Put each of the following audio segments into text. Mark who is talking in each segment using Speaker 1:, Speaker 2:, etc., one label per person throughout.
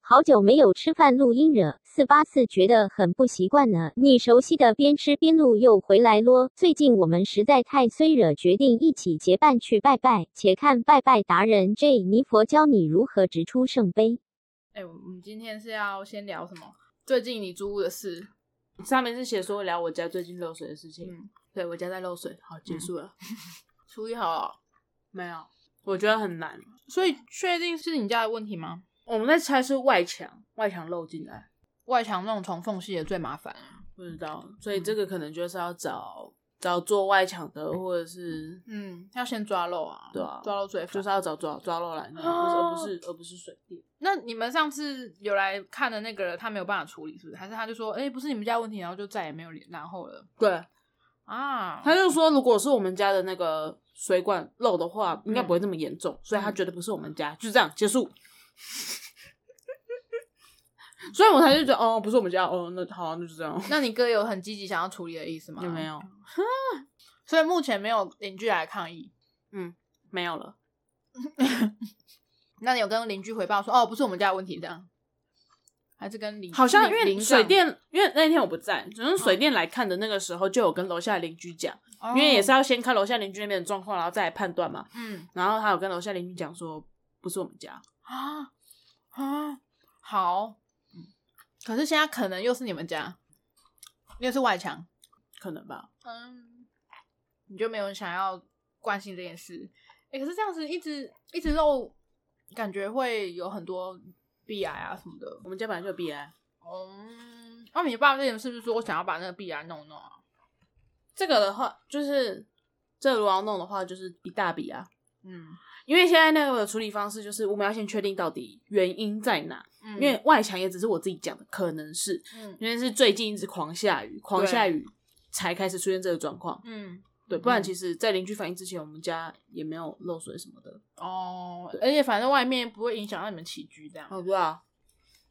Speaker 1: 好久没有吃饭录音惹四八四觉得很不习惯呢。你熟悉的边吃边录又回来咯。最近我们实在太衰惹，决定一起结伴去拜拜，且看拜拜达人 J 尼佛教你如何直出圣杯。
Speaker 2: 哎、我们今天是要先聊什么？最近你租屋的事。
Speaker 3: 上面是写说聊我家最近漏水的事情，
Speaker 2: 嗯，对我家在漏水，
Speaker 3: 好，结束了。
Speaker 2: 处理好了。哦
Speaker 3: 没有，我觉得很难。
Speaker 2: 所以确定是你家的问题吗？
Speaker 3: 我们在猜是外墙，外墙漏进来，
Speaker 2: 外墙那种虫缝隙的最麻烦啊。
Speaker 3: 不知道，所以这个可能就是要找找做外墙的，或者是
Speaker 2: 嗯，要先抓漏啊。
Speaker 3: 对啊
Speaker 2: 抓漏最烦
Speaker 3: 就是要找抓抓漏来弄，
Speaker 2: 啊
Speaker 3: 而不是而不是而不是水电。
Speaker 2: 那你们上次有来看的那个他没有办法处理，是不是？还是他就说，哎、不是你们家的问题，然后就再也没有联然后了
Speaker 3: 对，
Speaker 2: 啊？
Speaker 3: 他就说如果是我们家的那个水管漏的话，应该不会这么严重，所以他觉得不是我们家，就这样结束。 所以我才就觉得哦，不是我们家哦，那好，那就这 样。
Speaker 2: 那你哥有很积极想要处理的意思吗？
Speaker 3: 有没。有？
Speaker 2: 所以目前没有邻居来抗议。
Speaker 3: 没有了。
Speaker 2: 那你有跟邻居回报说，哦，不是我们家的问题这样？还是跟邻
Speaker 3: 好像因
Speaker 2: 邻
Speaker 3: 为
Speaker 2: 邻
Speaker 3: 水
Speaker 2: 长
Speaker 3: 电，因为那天我不在，只是
Speaker 2: 嗯
Speaker 3: 水电来看的那个时候，就有跟楼下邻居讲，
Speaker 2: 哦
Speaker 3: 因为也是要先看楼下邻居那边的状况，然后再来判断嘛。
Speaker 2: 嗯
Speaker 3: 然后他有跟楼下邻居讲说，不是我们家，
Speaker 2: 啊啊好，嗯可是现在可能又是你们家，又是外墙，
Speaker 3: 可能吧？
Speaker 2: 嗯，你就没有想要关心这件事。哎、可是这样子一直一直漏，感觉会有很多壁癌啊什么的。
Speaker 3: 我们家本来就有啊 B I，
Speaker 2: 嗯，那、你爸之前是不是说我想要把那个壁癌弄一弄啊？
Speaker 3: 这个的话就是这如果要弄的话，就是一大笔啊。
Speaker 2: 嗯
Speaker 3: 因为现在那个处理方式就是，我们要先确定到底原因在哪。
Speaker 2: 嗯，
Speaker 3: 因为外墙也只是我自己讲的，可能是
Speaker 2: 嗯
Speaker 3: 因为是最近一直狂下雨，狂下雨才开始出现这个状况。
Speaker 2: 嗯
Speaker 3: 对，不然
Speaker 2: 嗯
Speaker 3: 其实，在邻居反应之前，我们家也没有漏水什么的。
Speaker 2: 哦，而且反正外面不会影响到你们起居，这样、
Speaker 3: 哦，对啊。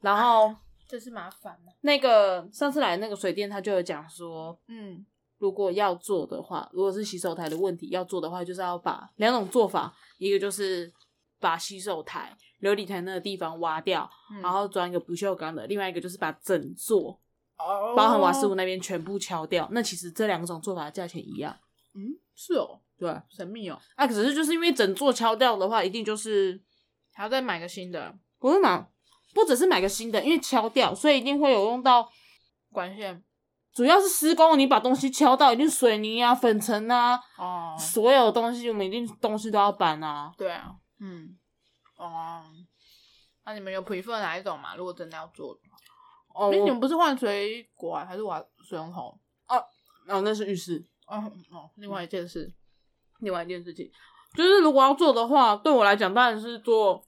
Speaker 3: 然后
Speaker 2: 这是麻烦啊了、
Speaker 3: 那个上次来那个水电，他就有讲说，
Speaker 2: 嗯
Speaker 3: 如果要做的话，如果是洗手台的问题要做的话，就是要把两种做法，一个就是把洗手台琉璃台那个地方挖掉，
Speaker 2: 嗯，
Speaker 3: 然后装一个不锈钢的；另外一个就是把整座
Speaker 2: 哦
Speaker 3: 包含瓦斯炉那边全部敲掉。那其实这两种做法的价钱一样，
Speaker 2: 嗯，是哦，
Speaker 3: 对。
Speaker 2: 神秘哦，
Speaker 3: 啊，可是就是因为整座敲掉的话，一定就是
Speaker 2: 还要再买个新的
Speaker 3: 不是嘛？不只是买个新的，因为敲掉，所以一定会有用到。
Speaker 2: 管线
Speaker 3: 主要是施工，你把东西敲到，一定水泥啊、粉尘啊，
Speaker 2: 哦，
Speaker 3: 所有东西我们一定东西都要搬啊。
Speaker 2: 对啊，嗯，哦，那你们有 prefer 哪一种嘛？如果真的要做的话，
Speaker 3: 哦，
Speaker 2: 哎，
Speaker 3: 我
Speaker 2: 你们不是换水管还是瓦水龙头？
Speaker 3: 哦，那是浴室。
Speaker 2: 哦哦，另外一件事，
Speaker 3: 另外一件事情就是，如果要做的话，对我来讲当然是做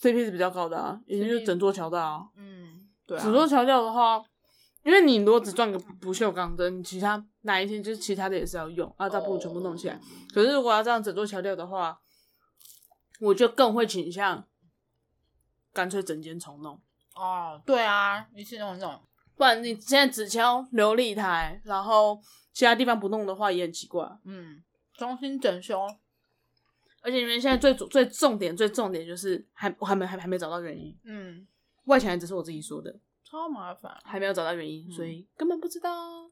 Speaker 3: CP 是比较高的啊，也就是
Speaker 2: CP
Speaker 3: 整座桥的啊。
Speaker 2: 嗯，对啊，
Speaker 3: 整座桥掉的话，因为你如果只赚个不锈钢灯，你其他哪一天就是其他的也是要用啊，倒不如全部弄起来。
Speaker 2: 哦
Speaker 3: 可是如果要这样整座桥掉的话，我就更会倾向干脆整间重弄。
Speaker 2: 哦，对啊，一次弄那种，
Speaker 3: 不然你现在只敲琉璃台，然后其他地方不弄的话也很奇怪。
Speaker 2: 嗯，中心整修，
Speaker 3: 而且你们现在最主最重点最重点就是还我还没还还没找到原因，
Speaker 2: 嗯，
Speaker 3: 外墙也只是我自己说的，
Speaker 2: 超麻烦。
Speaker 3: 还没有找到原因，
Speaker 2: 嗯
Speaker 3: 所以根本不知道。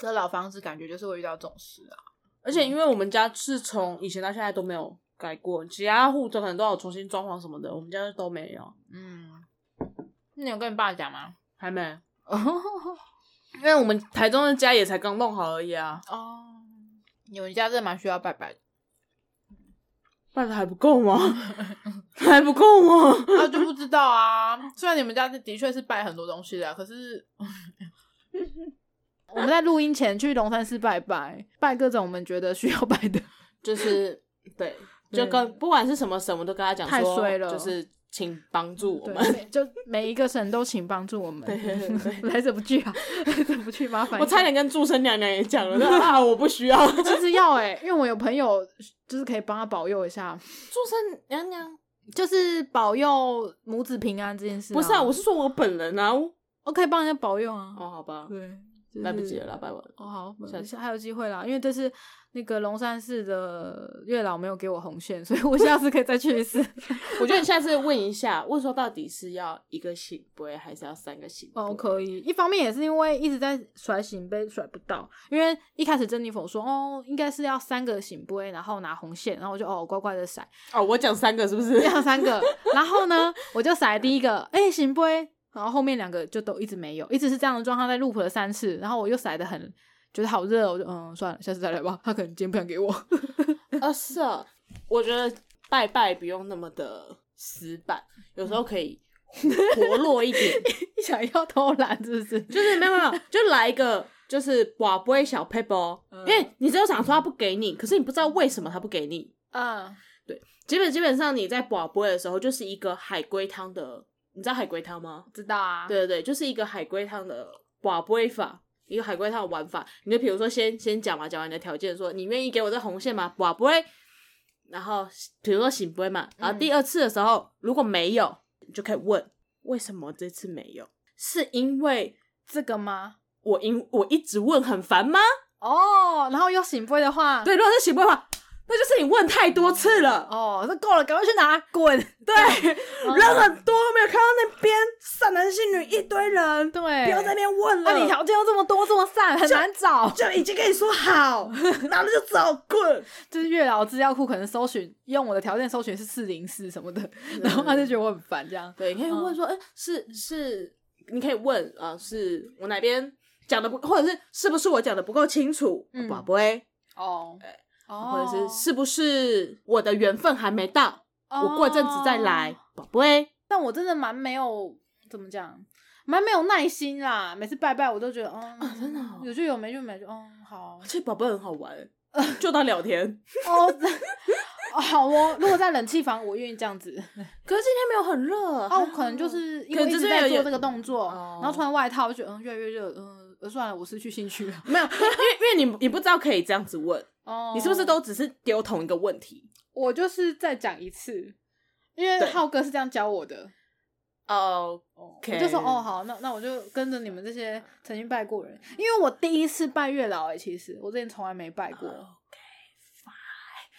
Speaker 2: 这老房子感觉就是会遇到这种事啊。
Speaker 3: 而且因为我们家是从以前到现在都没有改过，其他户都可能都有重新装潢什么的，我们家都没有，
Speaker 2: 嗯，那你有跟你爸讲吗？
Speaker 3: 还 没。因为我们台中的家也才刚弄好而已啊，
Speaker 2: 哦，你们家真的蛮需要拜拜的，
Speaker 3: 办的还不够吗？ 还不够吗？
Speaker 2: 那、就不知道啊。虽然你们家的确是拜很多东西的啊、可是 我们在录音前去龙山寺拜拜，拜各种我们觉得需要拜的。
Speaker 3: 就是对，
Speaker 2: 对
Speaker 3: 就跟不管是什么神，我都跟他讲说，
Speaker 2: 太衰了
Speaker 3: 就是请帮助我们。
Speaker 2: 对，每就每一个神都请帮助我们。
Speaker 3: 对对对
Speaker 2: 来者不拒啊，来者不拒，麻烦。
Speaker 3: 我差点跟祝生娘娘也讲 了，但啊，我不需要。祝
Speaker 2: 其实要哎、因为我有朋友就是可以帮他保佑一下，
Speaker 3: 生娘娘
Speaker 2: 就是保佑母子平安这件事、啊
Speaker 3: 啊
Speaker 2: 哦
Speaker 3: 不是啊，我是说我本人啊。我
Speaker 2: 我可以帮人家保佑啊。
Speaker 3: 哦，好吧，
Speaker 2: 对，就是
Speaker 3: 来不及了啦，拜完了。
Speaker 2: 哦，好，
Speaker 3: 下
Speaker 2: 没
Speaker 3: 次
Speaker 2: 事还有机会啦，因为这次那个龙山寺的月老没有给我红线，所以我下次可以再去一 次。
Speaker 3: 我觉得你下次问一下，问说到底是要一个醒杯，还是要三个醒杯？
Speaker 2: 哦，可以。一方面也是因为一直在甩醒杯，甩不到。因为一开始珍妮佛说，哦，应该是要三个醒杯，然后拿红线，然后我就哦乖乖的甩，
Speaker 3: 哦，我讲三个是不是？
Speaker 2: 要三个。然后呢，我就甩第一个，哎、醒杯，然后后面两个就都一直没有，一直是这样的状态，在 loop 了三次。然后我又甩的很，觉得好热哦，我就嗯算了，下次再来吧。他可能今天不想给我。
Speaker 3: 啊，是啊，我觉得拜拜不用那么的死板，有时候可以活络一点，
Speaker 2: 想要偷懒是不是？
Speaker 3: 就是没有没有，就来一个就是瓦不会小 paper，、因为你只有想说他不给你，可是你不知道为什么他不给你。
Speaker 4: 嗯，
Speaker 3: 基本基本上你在瓦不会的时候，就是一个海龟汤的，你知道海龟汤吗？
Speaker 4: 知道啊。
Speaker 3: 对对对，就是一个海龟汤的瓦龟法，一个海龟汤的玩法。你就比如说先先讲嘛，讲完你的条件说你愿意给我这红线吗？瓦龟，然后比如说醒龟嘛，
Speaker 4: 嗯
Speaker 3: 然后第二次的时候、如果没有，你就可以问为什么这次没有？是因为
Speaker 4: 这个吗？
Speaker 3: 我因我一直问很烦吗？
Speaker 4: 哦，然后又醒杯的话，，
Speaker 3: 对，如果是醒龟的话，那就是你问太多次了。
Speaker 4: 哦，这够了，赶快去拿，滚。
Speaker 3: 对，
Speaker 2: 嗯
Speaker 3: 人很多，没有看到那边善男信女一堆人，
Speaker 4: 对，
Speaker 3: 不要在那边问了。
Speaker 4: 哦那你条件又这么多，这么散，很难找。
Speaker 3: 就已经跟你说 好，然后就走，滚。
Speaker 2: 就是月老资料库可能搜寻用我的条件搜寻是四零四什么的，然后他就觉得我很烦这样。
Speaker 3: 对，你可以问说，哎、是是，你可以问啊、呃是我哪边讲的不，或者是是不是我讲的不够清楚，
Speaker 2: 嗯
Speaker 3: 宝贝、
Speaker 4: 哦，
Speaker 3: 或
Speaker 4: 哦，
Speaker 3: 者是是不是我的缘分还没到，
Speaker 4: 哦
Speaker 3: 我过阵子再来，宝贝。
Speaker 4: 但我真的蛮没有怎么讲，蛮没有耐心啦。每次拜拜我都觉得，嗯，
Speaker 3: 真的哦
Speaker 4: 有就有，没就没就，嗯， 好
Speaker 3: 而，且宝贝很好玩， 就当聊天。
Speaker 4: 哦，哦好哦。如果在冷气房，我愿意这样子。
Speaker 3: 可是今天没有很热
Speaker 4: 哦，可能就是因
Speaker 3: 可
Speaker 4: 为
Speaker 3: 能
Speaker 4: 一
Speaker 3: 就是
Speaker 4: 直在
Speaker 3: 有
Speaker 4: 做这个动作，
Speaker 3: 哦
Speaker 4: 然后穿外套，我就觉得嗯越来越热，嗯，呃算了，我失去兴趣了。
Speaker 3: 没有，因为因为你你不知道可以这样子问，
Speaker 4: 哦，
Speaker 3: 你是不是？都只是丢同一个问题？
Speaker 4: 我就是再讲一次，因为
Speaker 3: 对
Speaker 4: 浩哥是这样教我的。
Speaker 3: 哦，
Speaker 4: 我就说哦好，那那我就跟着你们这些曾经拜过人，因为我第一次拜月老哎、其实我之前从来没拜过。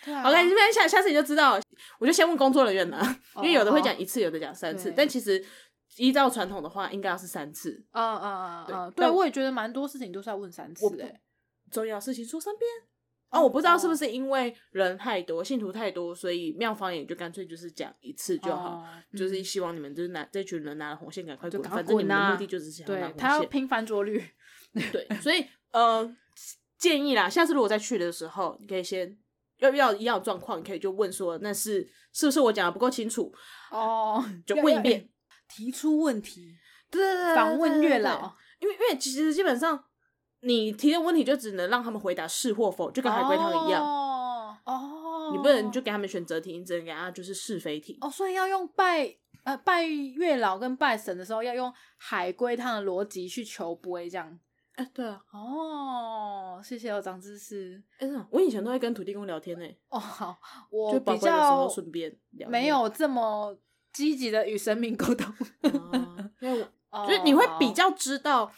Speaker 4: 对啊
Speaker 3: OK，这边下下次你就知道，我就先问工作人员啦，
Speaker 4: 哦
Speaker 3: 因为有的会讲一次，有的讲三次
Speaker 4: 对，
Speaker 3: 但其实依照传统的话，应该要是三次。
Speaker 4: 啊啊啊
Speaker 3: 对
Speaker 4: 啊！对，
Speaker 3: 但
Speaker 4: 我也觉得蛮多事情都是要问三次欸
Speaker 3: 我不
Speaker 4: 的、
Speaker 3: 重要事情说三遍。
Speaker 4: 哦
Speaker 3: 哦，我不知道是不
Speaker 4: 哦
Speaker 3: 是因为人太多，信徒太多，所以妙方也就干脆就是讲一次就好，
Speaker 4: 哦
Speaker 3: 就是希望你们就是拿这群人拿了红线赶快
Speaker 2: 就
Speaker 3: 滚，
Speaker 2: 赶快
Speaker 3: 反正你
Speaker 2: 滚
Speaker 3: 们的
Speaker 2: 啊
Speaker 3: 目的就只是想拿
Speaker 2: 对
Speaker 3: 红
Speaker 2: 他要
Speaker 3: 线。
Speaker 2: 拼翻桌率，
Speaker 3: 对，所以呃，建议啦，下次如果再去的时候，你可以先要要一样的状况，你可以就问说，那是是不是我讲的不够清楚，
Speaker 4: 哦，
Speaker 3: 就问一遍，
Speaker 2: 提出问题，
Speaker 3: 对对对，
Speaker 2: 访问月
Speaker 3: 对，对
Speaker 2: 老。
Speaker 3: 对因为因为其实基本上你提的问题就只能让他们回答是或否，就跟海龟汤一样，
Speaker 4: 哦哦，
Speaker 3: 你不能就给他们选择题，你只能给他就是是非题。
Speaker 4: 哦，所以要用拜呃拜月老跟拜神的时候，要用海龟汤的逻辑去求杯这样。
Speaker 3: 哎、对啊，
Speaker 4: 哦，谢谢哦，长知识。
Speaker 3: 哎、真的我以前都会跟土地公聊天呢、
Speaker 4: 哦，好，
Speaker 3: 就
Speaker 4: 我
Speaker 3: 宝
Speaker 4: 比
Speaker 3: 贵的时候
Speaker 4: 较
Speaker 3: 顺便聊天。
Speaker 4: 没有 这么积极的与神明沟通，
Speaker 3: 啊，因为我
Speaker 4: 哦
Speaker 3: 就是你会比较知道，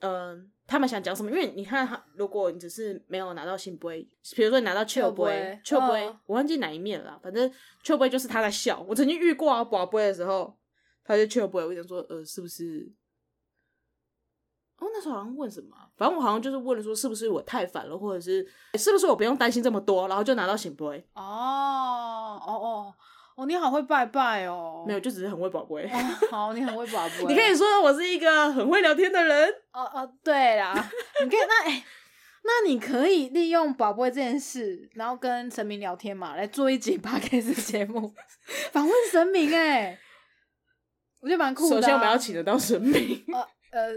Speaker 3: 嗯、他们想讲什么。因为你看他，如果你只是没有拿到信杯，比如说你拿到秋杯，秋
Speaker 4: 秋杯
Speaker 3: 杯
Speaker 4: 嗯，
Speaker 3: 我忘记哪一面了啦，反正秋杯就是他在笑。我曾经遇过啊，宝杯的时候，他就秋杯，我想说，呃，是不是？哦，那时候好像问什么啊、反正我好像就是问了说，是不是我太烦了，或者是是不是我不用担心这么多，然后就拿到醒杯，
Speaker 4: 哦哦哦哦，你好会拜拜哦，
Speaker 3: 没有，就只是很会宝贝。
Speaker 4: 哦，好，你很会把 杯，
Speaker 3: 你可以说我是一个很会聊天的人，
Speaker 4: 哦哦，对啦，你可以那哎、那你可以利用宝贝这件事，然后跟神明聊天嘛，来做一集 podcast 节目，访问神明哎、我觉得蛮酷的啊、
Speaker 3: 首先我们要请得到神明，
Speaker 4: 呃，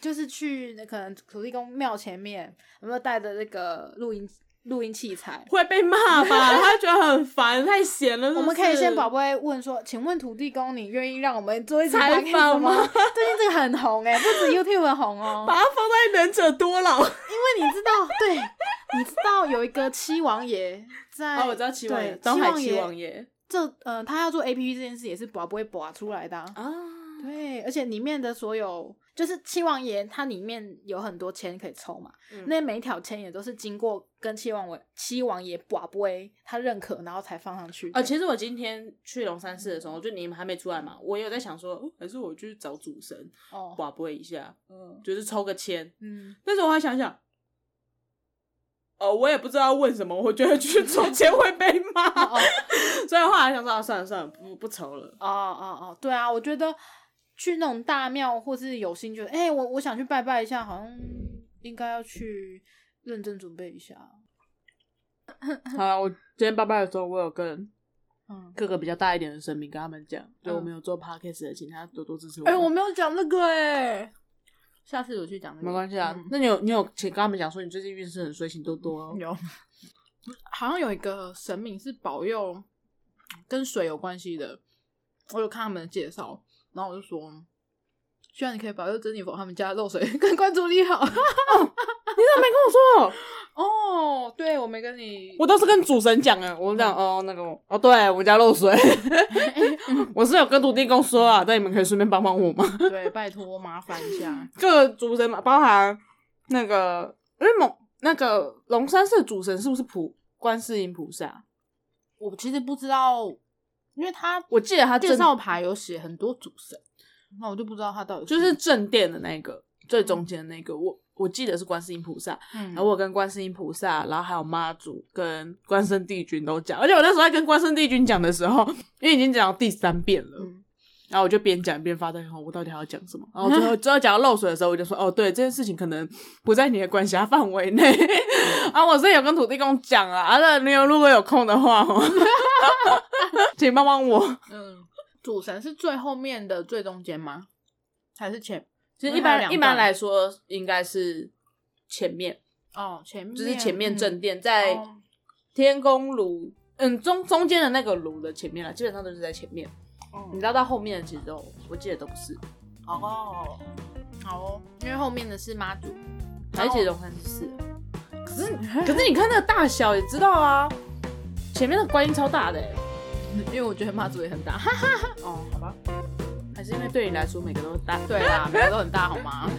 Speaker 4: 就是去那可能土地公庙前面，有没有带着那个录音录音器材？
Speaker 3: 会被骂吧？他觉得很烦，太闲了是不是。
Speaker 4: 我们可以先宝贝问说，请问土地公，你愿意让我们做一集
Speaker 3: 采
Speaker 4: podcast
Speaker 3: 访吗
Speaker 4: 吗？ 最近这个很红哎、不止 YouTube 很红哦、
Speaker 3: 把它放在能者多劳。
Speaker 4: 因为你知道，对，你知道有一个七王爷在，
Speaker 3: 哦，我知道齐王爷，
Speaker 4: 对
Speaker 3: 东海
Speaker 4: 七
Speaker 3: 齐
Speaker 4: 王
Speaker 3: 王爷
Speaker 4: 这呃，他要做 A P P 这件事也是宝不会拔出来的、啊。
Speaker 3: 啊，
Speaker 4: 对，而且里面的所有就是七王爷，它里面有很多签可以抽嘛，
Speaker 3: 嗯
Speaker 4: 那每一条签也都是经过跟七王爷七王爷把杯他认可，然后才放上去的。
Speaker 3: 呃，其实我今天去龙山寺的时候，就你们还没出来嘛，我也有在想说，哦还是我去找主神
Speaker 4: 哦，
Speaker 3: 寡播一下，
Speaker 4: 嗯
Speaker 3: 就是抽个签。
Speaker 4: 嗯，
Speaker 3: 但是我还想想，呃，我也不知道问什么，我觉得去抽签会被
Speaker 4: 哦
Speaker 3: 骂，
Speaker 4: 哦
Speaker 3: 所以后来想说，啊算了算了，不不抽了。
Speaker 4: 哦哦哦，对啊，我觉得去那种大庙或是有兴趣，哎、我我想去拜拜一下，好像应该要去认真准备一下。
Speaker 3: 好了，我今天拜拜的时候，我有跟
Speaker 4: 嗯，
Speaker 3: 各个比较大一点的神明跟他们讲，对
Speaker 4: 嗯
Speaker 3: 我们有做 podcast 的，请他多多支持我
Speaker 4: 哎、
Speaker 3: 们。
Speaker 4: 我没有讲那个哎、
Speaker 2: 下次我去讲那个，
Speaker 3: 没关系啊，
Speaker 2: 嗯
Speaker 3: 那你有你有请跟他们讲说你最近运势很衰，请多多哦。
Speaker 2: 有，好像有一个神明是保佑跟水有关系的，我有看他们的介绍，然后我就说，希望你可以保佑珍妮佛他们家的漏水 跟关注力好。
Speaker 3: 你怎么没跟我说？
Speaker 2: 哦，对，我没跟你，
Speaker 3: 我都是跟主神讲啊，我讲哦那个哦，对我们家漏水，我是有跟土地公说啊，但你们可以顺便帮帮我吗？
Speaker 2: 对，拜托麻烦一下。
Speaker 3: 各个主神嘛，包含那个因为蒙那个龙山寺主神是不是普观世音菩萨？
Speaker 2: 我其实不知道，因为他
Speaker 3: 我记得他
Speaker 2: 介
Speaker 3: 正
Speaker 2: 绍牌有写很多主神，那我就不知道他到底
Speaker 3: 就是正殿的那个最中间的那个，我我记得是观世音菩萨，
Speaker 2: 嗯
Speaker 3: 然后我跟观世音菩萨，然后还有妈祖跟关圣帝君都讲，而且我那时候在跟关圣帝君讲的时候，因为已经讲到第三遍了，
Speaker 2: 嗯
Speaker 3: 然后我就边讲边发呆，然后我到底还要讲什么？然后最后最后讲到漏水的时候，我就说哦，对，这件事情可能不在你的管辖范围内。
Speaker 2: 嗯
Speaker 3: 啊，我是有跟土地公讲啊，啊，那你有如果有空的话哦， 请帮帮我。
Speaker 2: 嗯，主神是最后面的最中间吗？还是前？
Speaker 3: 其
Speaker 2: 实一般一般来
Speaker 3: 说，应该是前面，
Speaker 2: 哦，前面
Speaker 3: 就是前面正
Speaker 2: 正
Speaker 3: 殿在
Speaker 2: 哦
Speaker 3: 天宫炉，嗯，中中间的那个炉的前面啦，基本上都是在前面。你知道到后面的其实都，我记得都不是，
Speaker 2: 哦，好哦，因为后面的是妈祖，
Speaker 3: 而且龙山寺是。可是可是你看那个大小也知道啊，前面的观音超大的、欸，
Speaker 2: 因为我觉得妈祖也很 大，
Speaker 3: 哦，好吧，还是因为对你来说每个都大。
Speaker 2: 对啦，每个都很大好吗？